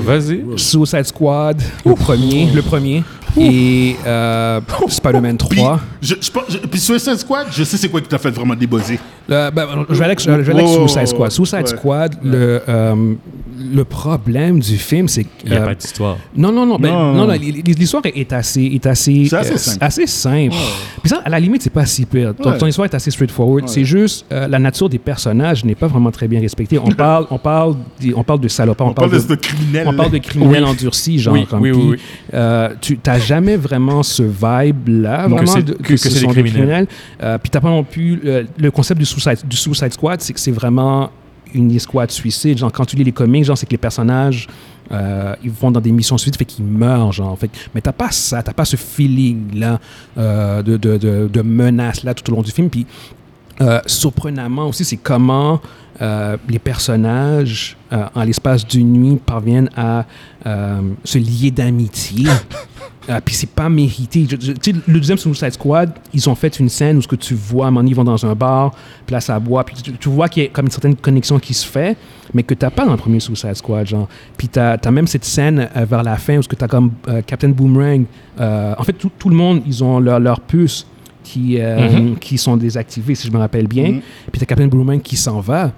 B: Vas-y.
A: Suicide Squad, le premier, le premier, et euh, Spider-Man
C: Puis,
A: 3.
C: je, je, pense- je- puis Suicide Squad, je sais c'est quoi qui t'a fait vraiment débosser.
A: Le- ben, je vais aller avec, je vais aller avec
C: Oh,
A: Suicide Squad. Suicide
C: ouais.
A: Squad, le, euh, le problème du film, c'est que...
B: Il n'y a
A: euh,
B: pas d'histoire.
A: non, non, non, ben,
C: Non,
A: non,
C: non.
A: non, l- l- l'histoire est assez... Est assez, euh,
C: C'est assez simple.
A: assez simple. Puis ça, à la limite, c'est pas si pire. Ton,
C: Ouais.
A: ton histoire est assez straightforward. C'est juste, euh, la nature des personnages n'est pas vraiment très bien respectée. On parle, on parle, des- on parle de salopards, on,
C: On parle de,
A: de-
C: ce criminel.
A: On parle de criminels endurcis, genre.
B: Oui,
A: comme,
B: oui, oui,
A: puis,
B: oui.
A: euh, tu n'as jamais vraiment ce vibe-là,
B: Donc, que
A: vraiment,
B: c'est-
A: de-
B: que- que c'est des criminels.
A: Euh, puis tu pas non plus le, le concept du Suicide, du suicide Squad, c'est que c'est vraiment une escouade suicide. Genre, quand tu lis les comics, genre, c'est que les personnages. euh, ils vont dans des missions suicides, fait qu'ils meurent, genre. Fait, que- mais t'as pas ça, t'as pas ce feeling-là euh, de, de, de, de menace-là tout au long du film. Puis euh, surprenamment aussi, c'est comment euh, les personnages,
B: (laughs)
A: euh, en l'espace d'une nuit, parviennent à euh, se lier d'amitié. Euh, puis c'est pas mérité. Je- je- tu sais, le deuxième Suicide Squad, ils ont fait une scène où ce que tu vois, à un moment donné, ils vont dans un bar, puis là, ça boit, puis tu, tu vois qu'il y a comme une certaine connexion qui se fait, mais que t'as pas dans le premier Suicide Squad, genre. Puis t'as as même cette scène euh, vers la fin où ce que t'as comme euh, Captain Boomerang. euh, en fait, tout, tout le monde, ils ont leur, leur puce qui, euh, qui sont désactivées, si je me rappelle bien.
C: Mhm.
A: Puis t'as Captain Boomerang qui s'en va,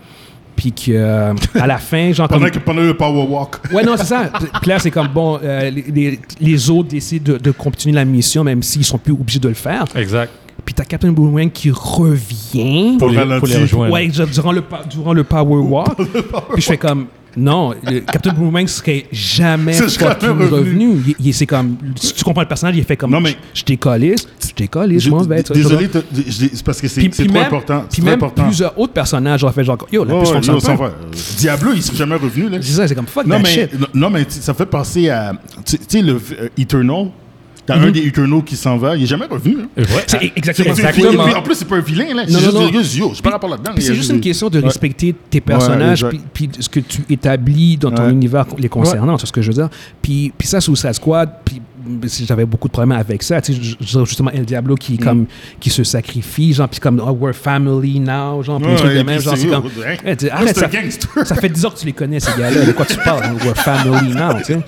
A: puis que euh, à la fin, genre...
C: (laughs) Pendant,
A: comme-
C: que, pendant le Power Walk.
A: Ouais, non, c'est ça. Puis là, c'est comme, bon, euh, les- les, les autres décident de, de continuer la mission, même s'ils sont plus obligés de le faire.
B: Exact.
A: Puis t'as Captain Boomerang qui revient.
C: Pour
B: Pour, les,
C: ralentir.
B: pour les rejoindre.
A: Ouais, genre, durant, le, pa- durant le Power Walk. Puis je fais comme, non, le Captain Boomerang serait jamais
C: C'est jamais
A: fucking
C: revenu.
A: revenu. Il- il- c'est comme, si tu comprends le personnage, il fait comme,
C: Non, mais-
A: je, je décolliste, je décolliste, ben, je m'en vais. tu vois,
C: Désolé,
A: genre.
C: te- je- je- c'est parce que c'est
A: Puis,
C: c'est
A: puis
C: trop
A: même-
C: important. C'est
A: Puis
C: trop
A: même
C: important.
A: plusieurs autres personnages ont fait genre, yo, la
C: Ouais,
A: puce
C: ouais,
A: fonctionne
C: non,
A: pas.
C: ça va. Euh, Diablo, il serait jamais revenu. Là.
A: C'est ça, c'est comme, fuck
C: Non,
A: that
C: mais,
A: shit.
C: non, mais tu- ça fait penser à. Tu tu sais, le euh, Eternal. T'as
A: Mm-hmm.
C: un des Eternals qui s'en va, il est jamais revenu. hein.
B: Ouais.
A: C'est exactement,
C: Et puis-
B: Exactement.
C: et puis, en plus, c'est pas un vilain. Là.
A: non,
C: c'est juste
A: non.
C: des yeux, je parle pas là-dedans.
A: Puis
C: Il y a
A: c'est juste
C: juste
A: une
C: des-
A: question de
C: Ouais.
A: respecter tes personnages,
C: exact.
A: puis, puis ce que tu établis dans ton
C: Ouais.
A: univers les concernant, c'est ce que je veux dire. Puis, puis ça, sous sa squad, puis mm, si j'avais beaucoup de problèmes avec ça. Tu sais, je- je dirais justement, El Diablo qui,
C: Mm.
A: comme, qui se sacrifie, genre, puis comme, oh, we're family now, genre, puis
C: Ouais,
A: des trucs de
C: et
A: même,
C: puis
A: genre,
C: c'est-
A: c'est comme.
C: ouais,
A: Hey, tu-
C: ouais,
A: arrête,
C: c'est un
A: ça,
C: gangster.
A: ça fait 10 ans que tu les connais, ces gars-là. De quoi tu parles? hein? We're family now, tu sais.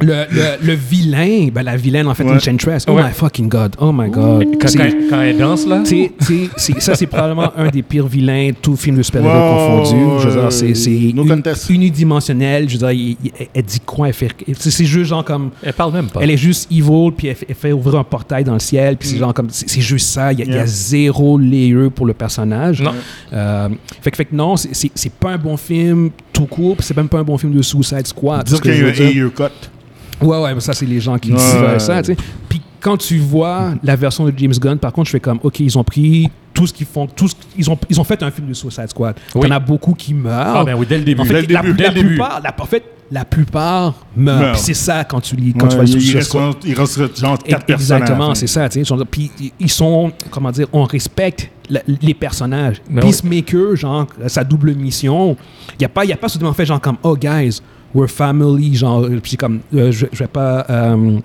A: Le, le, le vilain, ben, la vilaine, en fait,
C: Ouais.
A: Enchantress. Oh
B: Ouais.
A: my fucking god, oh my god.
B: Quand,
A: C'est-
B: quand- quand elle danse, là.
A: T'sais, t'sais, c'est- ça, c'est probablement un des pires vilains, de tout film de super-héros
C: Wow,
A: confondu. Je veux
C: ouais,
A: dire, c'est- c'est
C: no
A: uni-
C: contest.
A: unidimensionnel. Je veux dire, il- il- elle dit quoi, elle fait... c'est- C'est juste genre comme...
B: Elle parle même pas.
A: Elle est juste evil, puis elle, fait- elle fait ouvrir un portail dans le ciel, puis c'est genre comme... C'est c'est juste ça. Il y, a- il y a
C: Mm. Yeah.
A: zéro layer pour le personnage.
B: Non.
A: Euh, fait, que- fait que non, c'est- c'est c'est pas un bon film tout court, puis c'est même pas un bon film de Suicide Squad. c'est
C: Dire
A: ce que
C: qu'il y
A: je
C: a
A: veux
C: un
A: dire.
C: ear cut.
A: Ouais, ouais, mais ça, c'est les gens qui
C: Ouais.
A: disent euh, ça, tu sais. Puis quand tu vois la version de James Gunn, par contre, je fais comme, OK, ils ont pris tout ce qu'ils font, tout ce- ils, ont, ils ont fait un film de Suicide Squad.
B: Oui.
A: T'en as beaucoup qui meurent.
B: Ah, ben oui, dès le début.
A: en fait,
B: Dès le
A: la,
B: début, dès
A: la
B: le début.
A: plupart, la, en fait, la plupart meurent.
C: Meurent.
A: Puis c'est ça quand tu lis, quand tu vois
C: Ouais,
A: le
C: il- il
A: Suicide
C: reste
A: Squad.
C: il reste genre
A: Et-
C: 4 personnes. à la
A: Exactement,
C: fin.
A: c'est ça. tu sais, genre, Puis i- ils sont, comment dire, on respecte la- les personnages.
B: Ben
A: Peacemaker, genre, sa double mission, il n'y a pas, il y a pas soudainement fait genre comme, oh guys, we're family, genre, euh, puis comme, euh, je, je vais pas euh,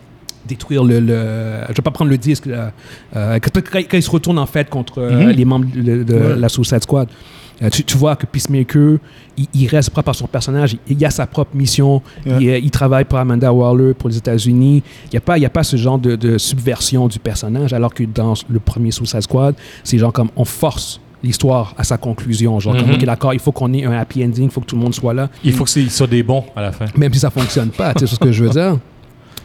A: détruire le, le- Je vais pas prendre le disque. là. Euh, quand, quand- quand ils se retournent en fait contre euh,
C: Mhm.
A: les membres de, de
C: Ouais.
A: la Suicide Squad. euh, tu, tu vois que Peacemaker, il, il reste propre à son personnage, il, il a sa propre mission,
C: Ouais.
A: il, euh, il travaille pour Amanda Waller, pour les États-Unis. Il n'y a, pas- il y a pas ce genre de, de subversion du personnage, alors que dans le premier Suicide Squad, c'est genre comme on force l'histoire à sa conclusion. Genre, comme,
B: Mhm.
A: OK, d'accord, il faut qu'on ait un happy ending, il faut que tout le monde soit là,
B: Il faut qu'ils soient des bons à la fin.
A: même si ça ne fonctionne pas, tu sais c'est ce que je veux dire.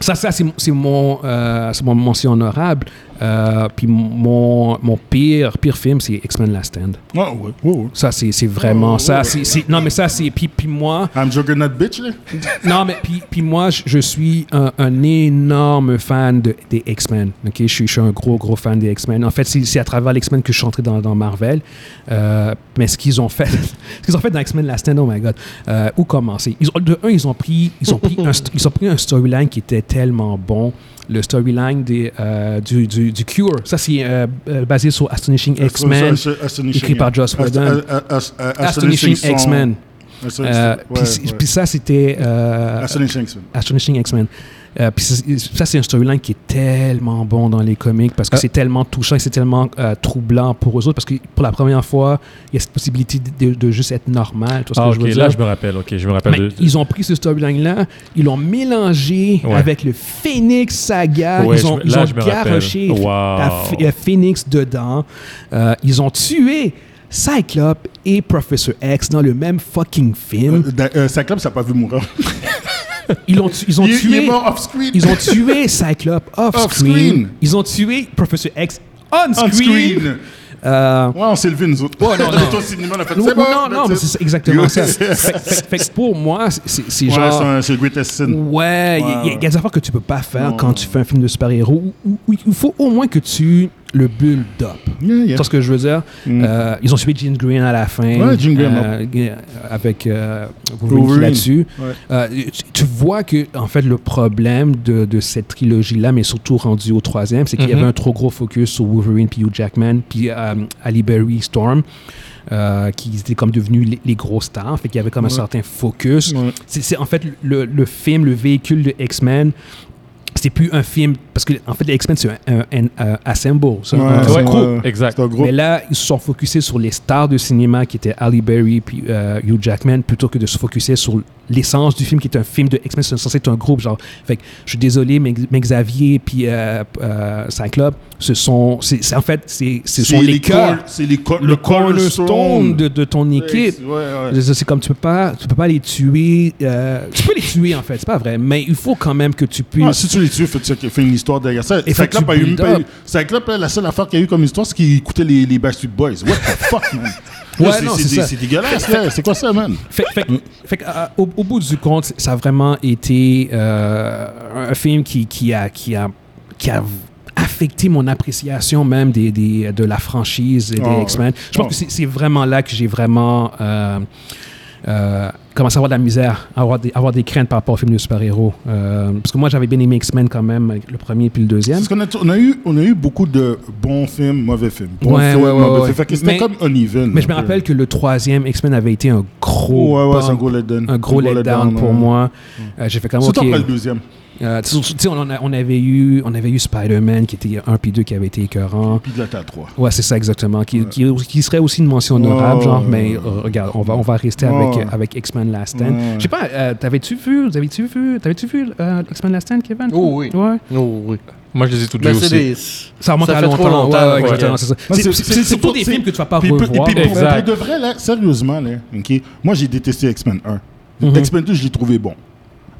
A: Ça, ça c'est mon- c'est mon, euh, c'est mon mention honorable. Euh, puis mon, mon pire, pire film, c'est X-Men Last Stand.
C: Ouais, ouais, ouais, ouais.
A: Ça, c'est c'est vraiment
C: Oh,
A: ça.
C: ouais.
A: c'est- c'est- non, mais ça, c'est. Puis, puis moi,
C: I'm Juggernaut Bitch, là.
A: non, mais puis, puis moi, je, je suis un, un énorme fan de- des X-Men. ok? Je, suis, je suis un gros, gros fan des X-Men. En fait, c'est c'est à travers les X-Men que je suis entré dans, dans Marvel. Euh, mais ce qu'ils ont fait, (laughs) ce qu'ils ont fait dans X-Men Last Stand, oh my god, euh, où commencer ils ont, De un, ils ont pris, ils ont pris, un, st- ils ont pris un storyline qui était tellement bon. Le storyline des, euh, du, du, du Cure. Ça, c'est euh, euh, basé sur Astonishing X-Men.
C: Ast- ast- astonishing,
A: écrit par
C: yeah.
A: Joss Whedon.
C: Ast- a- a- a- a-
A: Astonishing
C: son-
A: X-Men.
C: Astonishing-
A: Euh,
C: ouais,
A: Puis c'est-
C: ouais.
A: puis ça, c'était. euh,
C: Astonishing X-Men.
A: Astonishing X-Men. Euh, puis c'est- ça, c'est un storyline qui est tellement bon dans les comics parce que
B: Ah.
A: c'est tellement touchant et c'est tellement euh, troublant pour eux autres parce que pour la première fois, il y a cette possibilité de, de- de juste être normal. tu vois ce
B: Ah,
A: que
B: ok,
A: je veux
B: là,
A: dire.
B: je me rappelle. Ok, je me rappelle.
A: Mais
B: de-
A: ils ont pris ce storyline-là, ils l'ont mélangé
B: Ouais.
A: avec le Phoenix Saga.
B: Ouais,
A: ils ont,
B: je me-
A: ils
B: là,
A: ont
B: je me
A: garoché
B: rappelle. Wow.
A: la Ph- la Phoenix dedans. Euh, ils ont tué Cyclope et Professor X dans le même fucking film.
C: Euh, da- euh, Cyclops, ça n'a pas vu mourir.
A: Ils, l'ont tu- ils ont
C: Il, il
A: tué...
C: est mort off-screen.
A: Ils ont tué Cyclope off-screen.
C: Off-screen.
A: Ils ont tué Professor X on-screen.
C: On-screen.
A: Euh,
C: Ouais, on s'est levé, nous autres.
A: Ouais, non,
C: On
A: non.
C: est au cinéma, on a fait
A: non,
C: c'est bon.
A: non, non, mais c'est ça, exactement ça. Fait, fait- fait que pour moi, c'est- c'est c'est
C: Ouais,
A: genre...
C: c'est un- c'est le greatest sin.
A: Ouais, il y, a- y a des affaires que tu peux pas faire quand tu fais un film de super-héros. Ou- ou- Il faut au moins que tu le build up.
C: Yeah, yeah.
A: Tu vois ce que je veux dire?
C: Mm.
A: Euh, ils ont suivi Jean Green à la fin.
C: Ouais, Jean Green,
A: euh, euh, avec euh, Wolverine
C: Wolverine.
A: là-dessus.
C: Ouais.
A: Euh, tu, tu vois que, en fait, le problème de, de cette trilogie-là, mais surtout rendu au troisième, c'est qu'il y
C: Mm-hmm.
B: Mhm.
A: avait un trop gros focus sur Wolverine puis Hugh Jackman puis euh, Ali Berry Storm. euh, qui étaient comme devenus les, les gros stars, fait qu'il y avait comme un certain focus.
C: Ouais.
A: C'est c'est- en fait le, le film, le véhicule de X-Men, c'est plus un film. Parce que, en fait, les X-Men, c'est un, un, un, un assemble. ça.
C: Ouais,
A: Un
C: c'est un
A: groupe.
C: groupe.
B: Exact.
C: C'est un groupe.
A: Mais là, ils se sont focusés sur les stars de cinéma qui étaient Halle Berry puis euh, Hugh Jackman plutôt que de se focuser sur l'essence du film qui est un film de X-Men. C'est censé être un groupe. Genre, fait que, je suis désolé, mais, mais Xavier puis euh, euh, Cyclope, ce sont, c'est, c'est- en fait, c'est, ce sont les, cœurs,
C: cor- C'est les cor-
A: le cornerstone de, de ton équipe.
C: Ouais, ouais.
A: Je veux dire, C'est comme tu peux pas, tu peux pas les tuer. euh, tu peux les tuer en fait, c'est pas vrai. Mais il faut quand même que tu puisses.
C: Ah, si tu les tues, faut que tu fais une histoire derrière ça.
A: Et fait que
C: Cyclope
A: tu
C: a eu
A: build
C: pas
A: up.
C: eu- Cyclope, la seule affaire qu'il y a eu comme histoire, c'est qu'il écoutait les, les Backstreet Boys. What the fuck, man?
A: Ouais,
C: Là, c'est-
A: non,
C: c'est
A: c'est
C: dé-
A: ça.
C: c'est dégueulasse, là. C'est quoi ça, man?
A: Fait, fait- fait que, euh, au, au bout du compte, ça a vraiment été euh, un film qui, qui, a, qui, a, qui a affecté mon appréciation même des, des- de la franchise et des
C: Ah ouais.
A: X-Men. Je pense
C: Ah.
A: que c'est- c'est vraiment là que j'ai vraiment euh, euh, commencé à avoir de la misère, à avoir des, avoir des craintes par rapport au film de super-héros. Euh, parce que moi, j'avais bien aimé X-Men quand même, le premier puis le deuxième.
C: Parce qu'on a, on a, eu, on a eu beaucoup de bons films, mauvais films. Bons
A: Ouais,
C: films,
A: ouais, ouais,
C: mauvais
A: ouais.
C: films. Fait que c'était
A: Mais-
C: comme uneven.
A: Mais je me
C: un peu.
A: rappelle que le troisième X-Men avait été un gros,
C: Ouais, ouais,
A: bump,
C: c'est un gros letdown.
A: un gros letdown pour
C: ouais. Mm.
A: moi. Euh, j'ai fait comme
C: Surtout
A: OK.
C: après le deuxième.
A: Euh, tu sais, on, en a- on avait eu, on avait eu Spider-Man qui était un puis deux qui avait été écœurant.
C: Puis de la tête 3.
A: Ouais, c'est ça exactement. Qui, qui, qui serait aussi une mention honorable,
C: Ouais,
A: genre,
C: ouais,
A: mais
C: ouais.
A: euh, regarde, on va, on va rester
C: Ouais.
A: avec, avec X-Men Last Stand.
C: Ouais.
A: Je sais pas, euh, t'avais-tu vu, t'avais-tu vu, t'avais-tu vu euh, X-Men Last Stand, Kevin?
D: Oh oui.
A: Ouais.
D: Oh, oui.
B: Moi, je les ai toutes
A: Ben,
B: vues
D: Mais Ben, c'est
B: aussi.
D: des...
A: Ça remonte
D: Ça
A: à
D: fait
A: longtemps.
D: trop longtemps,
A: ouais, ouais,
D: ouais.
A: exactement, c'est ça. C'est- c'est- C'est surtout des films que tu vas pas revoir.
C: Et puis, pour-
B: Exact.
C: pour de vrai, là, sérieusement, là, ok, moi, j'ai détesté X-Men 1.
A: Mhm.
C: X-Men 2, je l'ai trouvé bon.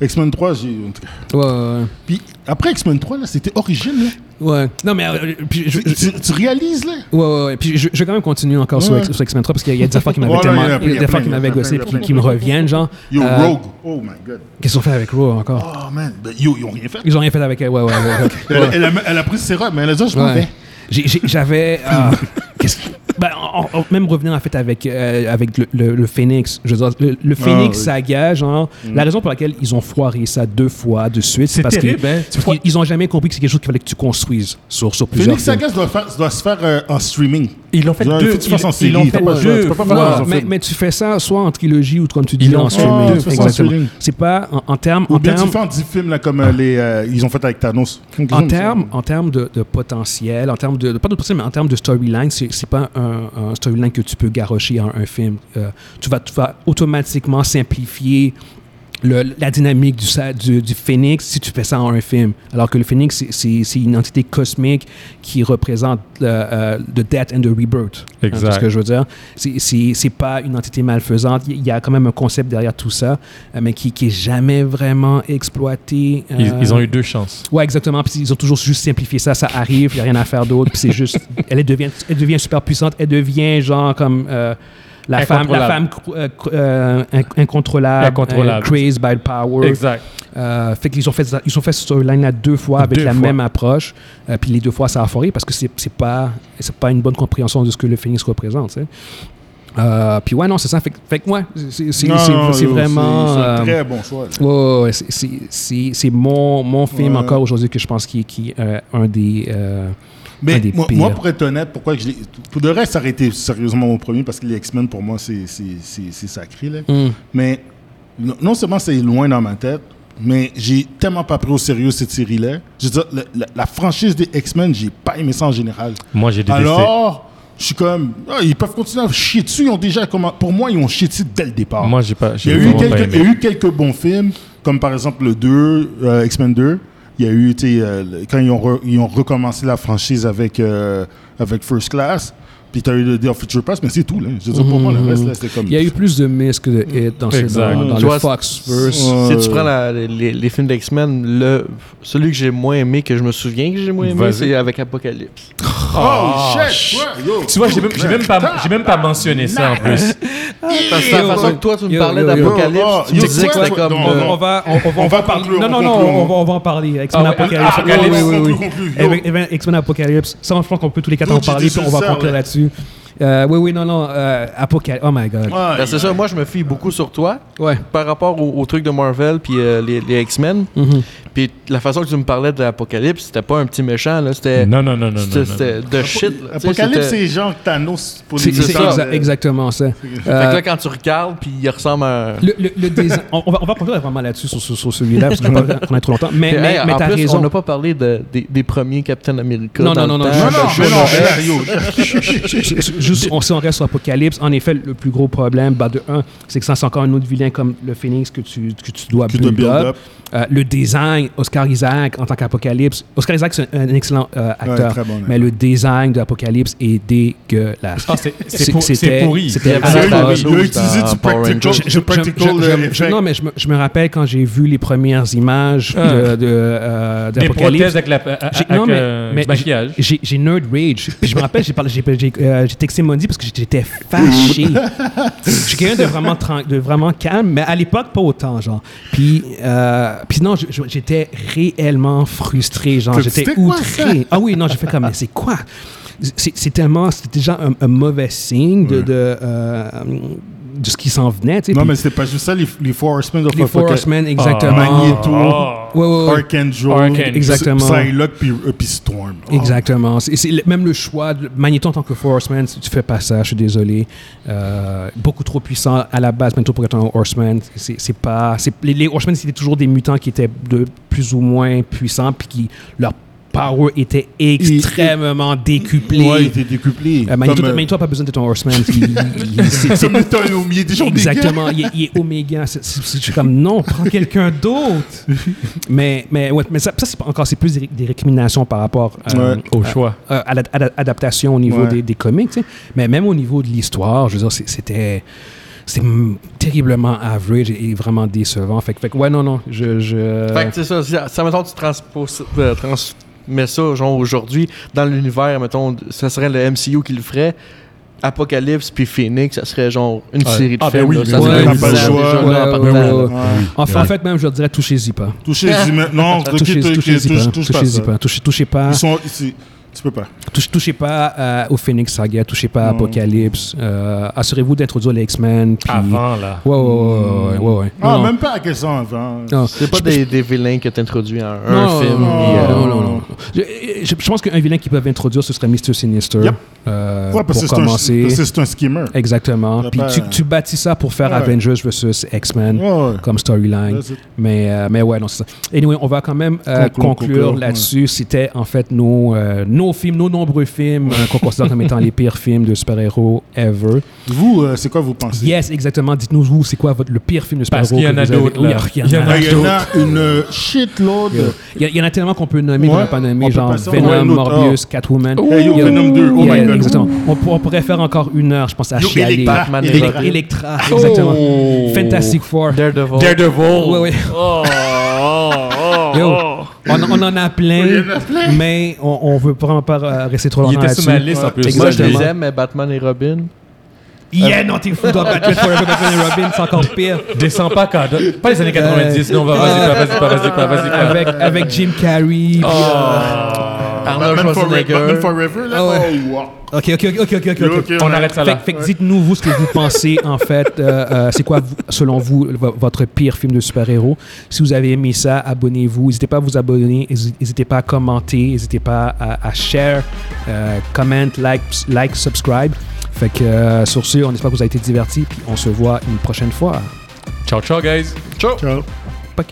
C: X-Men 3, j'ai... en tout cas.
A: Ouais, ouais,
C: Puis après X-Men 3, là, c'était origine, là.
A: ouais. Ouais. Non, mais euh, puis je-
C: Tu,
A: je-
C: tu- tu réalises, là?
A: Ouais, ouais, ouais. Puis je, je vais quand même continuer encore sur,
C: Ouais.
A: X- sur X-Men 3 parce qu'il y a- il y a des affaires qui m'avaient
C: Ouais, ouais,
A: tellement.
C: il y en a plein,
A: il y a
C: il
A: des
C: y en a
A: affaires qui
C: plein,
A: m'avaient
C: il y en a
A: gossé
C: plein,
A: puis
C: il y en a
A: qui me
C: plein.
A: reviennent, genre.
C: Yo,
A: euh,
C: Rogue. Oh, my God.
A: Qu'est-ce qu'on fait avec Raw encore
C: Oh, man. Ben, yo, ils ont rien fait.
A: Ils ont rien fait avec elle. Ouais, ouais,
C: (laughs)
A: ouais. ok.
C: Elle, elle a, elle a pris le sérum, mais elle a dit, je m'en
A: Ouais.
C: vais.
A: J'ai- j'ai- J'avais.
C: (laughs)
A: euh, qu'est-ce que- ben, en- en- même revenir en fait avec, euh, avec le, le, le Phoenix. Je veux dire, le, le Phoenix
C: Ah oui. Mm.
A: saga, genre, la raison pour laquelle ils ont foiré ça deux fois de suite, c'est parce qu'ils
B: terrible, hein. Tu
A: parce qu'ils ont jamais compris que c'est quelque chose qu'il fallait que tu construises sur, sur plusieurs
C: Phoenix
A: films.
C: Saga doit, faire- doit se faire euh, en streaming.
B: Ils l'ont fait
C: Genre,
B: deux-
C: faut que tu fasses
B: ils-
C: en
B: ils
C: série,
B: l'ont
C: t'as
B: fait
C: pas-
B: deux
C: tu peux pas
B: fois.
C: faire dans un
A: Ouais, mais,
C: film.
A: mais tu fais ça soit en trilogie ou comme tu dis
B: Ils
A: en
B: l'ont-
A: streaming.
C: Ah, tu fais ça en
A: Exactement.
C: streaming.
A: C'est pas en, en termes
C: Ou
A: en
C: bien tu
A: termes
C: fais en 10 films, là, comme euh, les, euh, ils ont fait avec Thanos.
A: En termes en termes de, de potentiel, en termes de, de- pas de potentiel, mais en termes de storyline, c'est c'est pas un, un storyline que tu peux garrocher en un film. Euh, tu, vas, tu vas automatiquement simplifier le- la dynamique du, sa- du, du phénix si tu fais ça en un film. Alors que le phénix, c'est- c'est c'est une entité cosmique qui représente euh, euh, the death and the rebirth. Hein,
B: Exact.
A: c'est ce que je veux dire. C'est- C'est c'est pas une entité malfaisante. Il y a quand même un concept derrière tout ça, euh, mais qui, qui est jamais vraiment exploité.
B: Ils,
A: euh,
B: ils ont eu deux chances.
A: Ouais, exactement. Puis ils ont toujours juste simplifié ça. Ça arrive, il n'y a rien à faire d'autre. Puis
B: (laughs)
A: c'est juste. Elle, elle devient, elle devient super puissante. Elle devient genre comme. euh, la femme, la femme
B: Incontrôlable.
A: cr- euh, cr- euh, inc- incontrôlable,
B: Incontrôlable.
A: euh, crazed by power.
B: Exact.
A: Euh, fait qu'ils ont fait, ça- ils ont fait ce storyline là deux fois avec
B: Deux
A: la
B: fois.
A: même approche. Euh, puis les deux fois, ça a foré parce que c'est c'est pas c'est pas une bonne compréhension de ce que le phoenix représente. tu sais. Euh, puis ouais, non, c'est ça. Fait, que- fait que ouais, c'est- c'est- c'est c'est vraiment.
C: C'est un
A: euh,
C: très bon choix. là.
A: Ouais, ouais, ouais, c'est- c'est- c'est c'est mon, mon film
C: Ouais.
A: encore aujourd'hui que je pense qui est qui, euh, un des. euh, un
C: Mais
A: des
C: moi,
A: pires.
C: moi, pour être honnête, pourquoi que je l'ai- Pour de reste, ça aurait été sérieusement mon premier parce que les X-Men, pour moi, c'est c'est- c'est- c'est sacré. Là.
A: Hmm.
C: Mais non non seulement c'est loin dans ma tête, mais j'ai tellement pas pris au sérieux cette série-là. Je veux dire, la, la- la franchise des X-Men, j'ai pas aimé ça en général.
B: Moi, j'ai détesté.
C: Alors, je suis comme. ah, ils peuvent continuer à chier dessus. Ils ont déjà, comment, pour moi, ils ont chié dessus dès le départ.
B: Moi, j'ai pas.
C: Il y,
B: j'ai
C: a eu
B: vraiment pas
C: quelques, il y
B: aimé.
C: a eu quelques bons films, comme par exemple le 2, euh, X-Men 2. Il y a eu, tu sais, euh, le- quand ils ont, re- ils ont recommencé la franchise avec, euh, avec First Class, puis tu as eu le Day of Future Past, mais c'est tout. Là. Je veux dire, pour moi, le reste, là, c'était comme.
A: Il y a eu plus de miss que de hit dans, ce-
B: Exact.
A: dans, dans
D: Tu
A: le
D: vois,
A: Foxverse.
C: Ouais.
D: Si tu prends la- les, les films d'X-Men, le- celui que j'ai moins aimé, que je me souviens que j'ai moins aimé,
B: Vas-y.
D: c'est avec Apocalypse.
C: Oh, shit!
B: shit.
C: ouais, yo.
B: Tu vois, j'ai même, j'ai même pas, j'ai même pas mentionné ça en plus.
D: Parce que la
A: Yo,
D: façon
A: yo,
D: que toi, tu me
A: yo,
D: parlais
A: yo, yo.
D: d'Apocalypse,
C: Oh,
D: tu me
C: yo,
D: disais que
C: toi,
D: c'était
C: toi,
D: comme...
C: non,
D: euh,
C: non.
A: On va, on, on va
C: On
A: en
C: va
A: parler.
C: conclure,
A: Non, non,
C: on
A: non,
C: conclut,
A: on
C: on-
A: va, on va en parler. X-Men
B: Ah ouais,
A: Apocalypse.
B: ah, Apocalypse,
A: oui, oui, oui, oui.
C: conclut, conclut, yo.
A: Avec- avec X-Men Apocalypse. Ça, je pense qu'on peut tous les quatre en
C: D'autres, j'ai
A: parler,
C: dit
A: puis on
C: sur
A: va
C: ça,
A: conclure
C: ouais.
A: là-dessus. Euh, oui, oui, non, non. euh, Apocalypse. Oh my god.
C: Ouais,
D: ben, c'est ça, moi, je me fie beaucoup sur toi
A: Ouais. Mm-hmm.
D: par rapport au, au truc de Marvel puis euh, les, les X-Men. Puis la façon que tu me parlais de l'Apocalypse, c'était pas un petit méchant, là. C'était.
B: Non, non, non, non.
D: C'était
B: non, non.
D: c'était de shit. là. Tu sais,
C: Apocalypse,
D: c'était-
C: c'est genre Thanos pour
A: C'est
C: les
D: C'est
A: c'est
D: ça.
A: exa- exactement ça.
D: Fait que
A: Euh,
D: là, quand tu regardes, puis il ressemble à un.
A: le, le- le design- (laughs) on, on va, on va parler vraiment là-dessus sur, sur- sur celui-là, parce que (laughs) je ne vais pas prendre trop longtemps. Mais,
D: Puis,
A: mais,
D: hey,
A: mais
D: en
A: t'as
D: plus,
A: raison.
D: on n'a pas parlé de- des, des premiers Captain America.
A: Non,
D: dans
A: non,
D: le
A: non, non,
D: temps.
A: non,
C: Non, non,
A: Je-
C: mais
A: je-
C: non,
A: je-
C: scénario.
A: Juste, on, si on reste sur Apocalypse, en effet, le plus gros problème, bah, de un, c'est que ça, c'est encore un autre vilain comme le Phoenix que tu, que tu dois
C: Que de
A: build, up.
C: build-up.
A: Euh, le design, Oscar Isaac en tant qu'Apocalypse. Oscar Isaac, c'est un, un excellent euh, acteur.
C: très bon acteur.
A: mais le design de Apocalypse est dégueulasse.
B: Ah, c'est- c'est
A: C'est-
B: pour- c'est
A: c'était-
B: pourri.
A: C'était
D: Il y
C: Ah,
D: avait
C: il a
D: Thanos
C: il a utilisé
D: dans
C: du
D: Power
C: practical,
D: Rangers.
C: du practical
A: je- je-
C: euh,
A: je-
C: effect.
A: non, mais je me, je me rappelle quand j'ai vu les premières images de- de, euh,
B: Ah. Des
A: d'Apocalypse.
B: prothèses avec, la, a- a-
A: J'ai-
B: avec
A: non, mais-
B: euh,
A: mais
B: du maquillage.
A: J'ai j'ai nerd rage. Puis je me rappelle, j'ai parlé- j'ai- j'ai euh, j'ai texté Mondi parce que j'étais
B: (laughs)
A: fâché. Je suis quelqu'un de vraiment, tran- de vraiment calme, mais à l'époque, pas autant, genre. Puis, euh, puis non, je- je- j'étais réellement frustré, genre.
C: T'as-
A: J'étais
C: c'était quoi,
A: outré.
C: ça?
A: ah oui, non, j'ai fait comme, mais c'est quoi? C'est c'est tellement, c'était déjà un, un mauvais signe de, de, euh, de ce qui s'en venait, tu sais.
C: Non,
A: Puis
C: mais c'était pas juste ça, les, les Four Horsemen of
A: les Four
C: Apocalypse.
A: Horsemen,
B: Ah.
A: exactement.
C: Magneto,
A: Ouais, ouais, ouais.
C: Archangel,
B: Archangel.
A: Exactement.
C: Psylocke, puis, euh, puis Storm. Oh.
A: Exactement. C'est- c'est le- même le choix, de- Magneto en tant que Four Horseman, tu tu fais pas ça, je suis désolé. Euh, beaucoup trop puissant à la base, Magneto pour être un Horseman. C'est c'est pas, c'est- les, les Horsemen, c'était toujours des mutants qui étaient de plus ou moins puissants, puis qui leur power était extrêmement décuplé.
C: Ouais, il était décuplé.
A: Euh, Magneto,
C: Comme, euh, (laughs)
A: Magneto a pas besoin d'être un Horseman. Il- il- il- c'est- c'est-
C: Comme étant un homme, il est déjà
A: Exactement, il est, il est oméga. C'est- c'est- c'est- Je suis comme non, prends quelqu'un
C: (laughs)
A: d'autre. Mais, mais, ouais, mais ça, ça, c'est pas- encore c'est plus des, des récriminations par rapport euh,
C: Ouais. Ah,
B: Au choix.
A: euh, à la- à la- adaptation au niveau
C: Ouais.
A: des, des comics, tu sais. mais même au niveau de l'histoire, je veux dire, c'est- c'était c'est mm, terriblement average et vraiment décevant. Fait que, fait que ouais, non, non, je... je...
D: Fait que c'est ça. Ça, ça, mettons, tu transposes, euh, transmets ça, genre aujourd'hui, dans l'univers, mettons, ça serait le MCU qui le ferait. Apocalypse puis Phoenix, ça serait genre une
B: Ouais.
D: série de
B: Ah, ben
D: films.
B: oui,
D: là, ça
A: oui,
D: serait
A: oui,
D: une
A: oui,
D: série
A: oui,
D: déjà,
A: oui,
D: là,
A: oui,
D: en
A: oui,
D: partant, là.
A: oui, oui.
C: dégueu.
A: En fait, en fait, même, je dirais, touchez-y pas.
C: Touchez les humains. Non, ok,
A: Touchez- (laughs)
C: touche-
A: Touchez-y pas.
C: touche- touche pas
A: Touchez-y
C: ça.
A: pas. Touchez touchez pas.
C: Ils sont. c'est- Tu peux pas.
A: Touche- touchez pas euh, au Phoenix Saga, touchez pas à
C: Non.
A: Apocalypse. Euh, Assurez-vous d'introduire les X-Men. puis-
B: Avant, là.
A: Ouais, ouais, ouais, ouais, ouais, ouais.
C: Ah,
A: Non,
C: même pas à quel sens avant.
A: non.
D: C'est pas
A: Je-
D: des, des vilains que t'introduis en un
A: Non,
D: film.
A: Non,
D: puis, euh,
A: non, non, non. Je, je- je pense qu'un vilain qu'ils peuvent introduire, ce serait Mr. Sinister.
C: Yep.
A: euh,
C: Ouais, parce que
A: pour
C: c'est un-
A: commencer.
C: parce que c'est un skimmer.
A: Exactement.
C: Ouais,
A: Puis
C: ben-
A: tu, tu bâtis ça pour faire
C: Ouais.
A: Avengers versus X-Men
C: Ouais, ouais.
A: comme storyline.
C: That's it.
A: Mais, euh, mais ouais, non, c'est ça. Anyway, on va quand même euh,
C: Conclure,
A: conclure,
C: conclure,
A: là-dessus. C'était en fait nos, euh, nos films, nos nombreux films euh, qu'on considère comme étant les pires films de super-héros ever.
C: Vous, euh, c'est quoi vous pensez
A: Yes, exactement. Dites-nous vous, c'est quoi votre, le pire film de super-héros
B: Parce qu'il y en
A: que
B: a
A: vous avez-
B: d'autres,
A: Oui,
B: là.
A: Il y en a
C: Ah, Il y en
A: d'autres.
C: a une euh, shitload.
A: Yo. Il Euh, y, a- il y en a tellement qu'on peut nommer, qu'on
C: Ouais,
A: n'a pas
C: on
A: nommé,
C: peut
A: genre
C: passer- ouais,
A: Venom,
C: l'autre, Ah.
A: Morbius, Catwoman.
C: Hey, yo,
A: Yo.
C: Venom 2, oh
A: Yeah,
C: my god.
A: exactement. On, pour- on pourrait faire encore une heure, je pense, à
C: Yo,
A: chialer.
C: Electra,
D: Batman,
C: Electra.
A: Elec- Electra,
C: Oh.
A: exactement. Fantastic Four.
D: Daredevil.
B: Daredevil.
A: Ouais, ouais.
C: Oh,
A: Yo, on, on en a plein, mais on, on veut vraiment pas euh, rester trop
B: Il
A: longtemps
B: était
A: là-dessus.
B: sur ma liste en plus.
D: Moi, je les
A: Exactement.
D: aime, mais Batman et Robin.
A: Yeah, non, t'es fou dans Batman Forever, Batman et Robin, c'est encore pire.
B: Descends pas, quand... pas les années 90. Non, va- vas-y, va- vas-y, va- vas-y, va- vas-y. va-
A: Avec, avec Jim Carrey.
B: Oh.
A: puis- euh,
D: Arnold
C: Ah, Batman Forever, Batman
D: Schwarzenegger.
C: Forever, là.
A: Ah ouais.
C: Oh, wow.
A: Ok, ok, ok, ok, ok, ok.
C: Yo, ok,
B: On
C: ouais.
B: arrête ça
A: Fait,
B: là.
A: fait que dites-nous, vous, ce que vous pensez, en fait. Euh, euh, c'est quoi, vous- selon vous, vo- votre pire film de super-héros? Si vous avez aimé ça, abonnez-vous. N'hésitez pas à vous abonner. Hési- N'hésitez pas à commenter. N'hésitez pas à, à share, euh, comment, like, like, subscribe. Fait que, euh, sur ce, on espère que vous avez été divertis. Puis on se voit une prochaine fois.
B: Ciao, ciao, guys.
C: Ciao.
A: Pas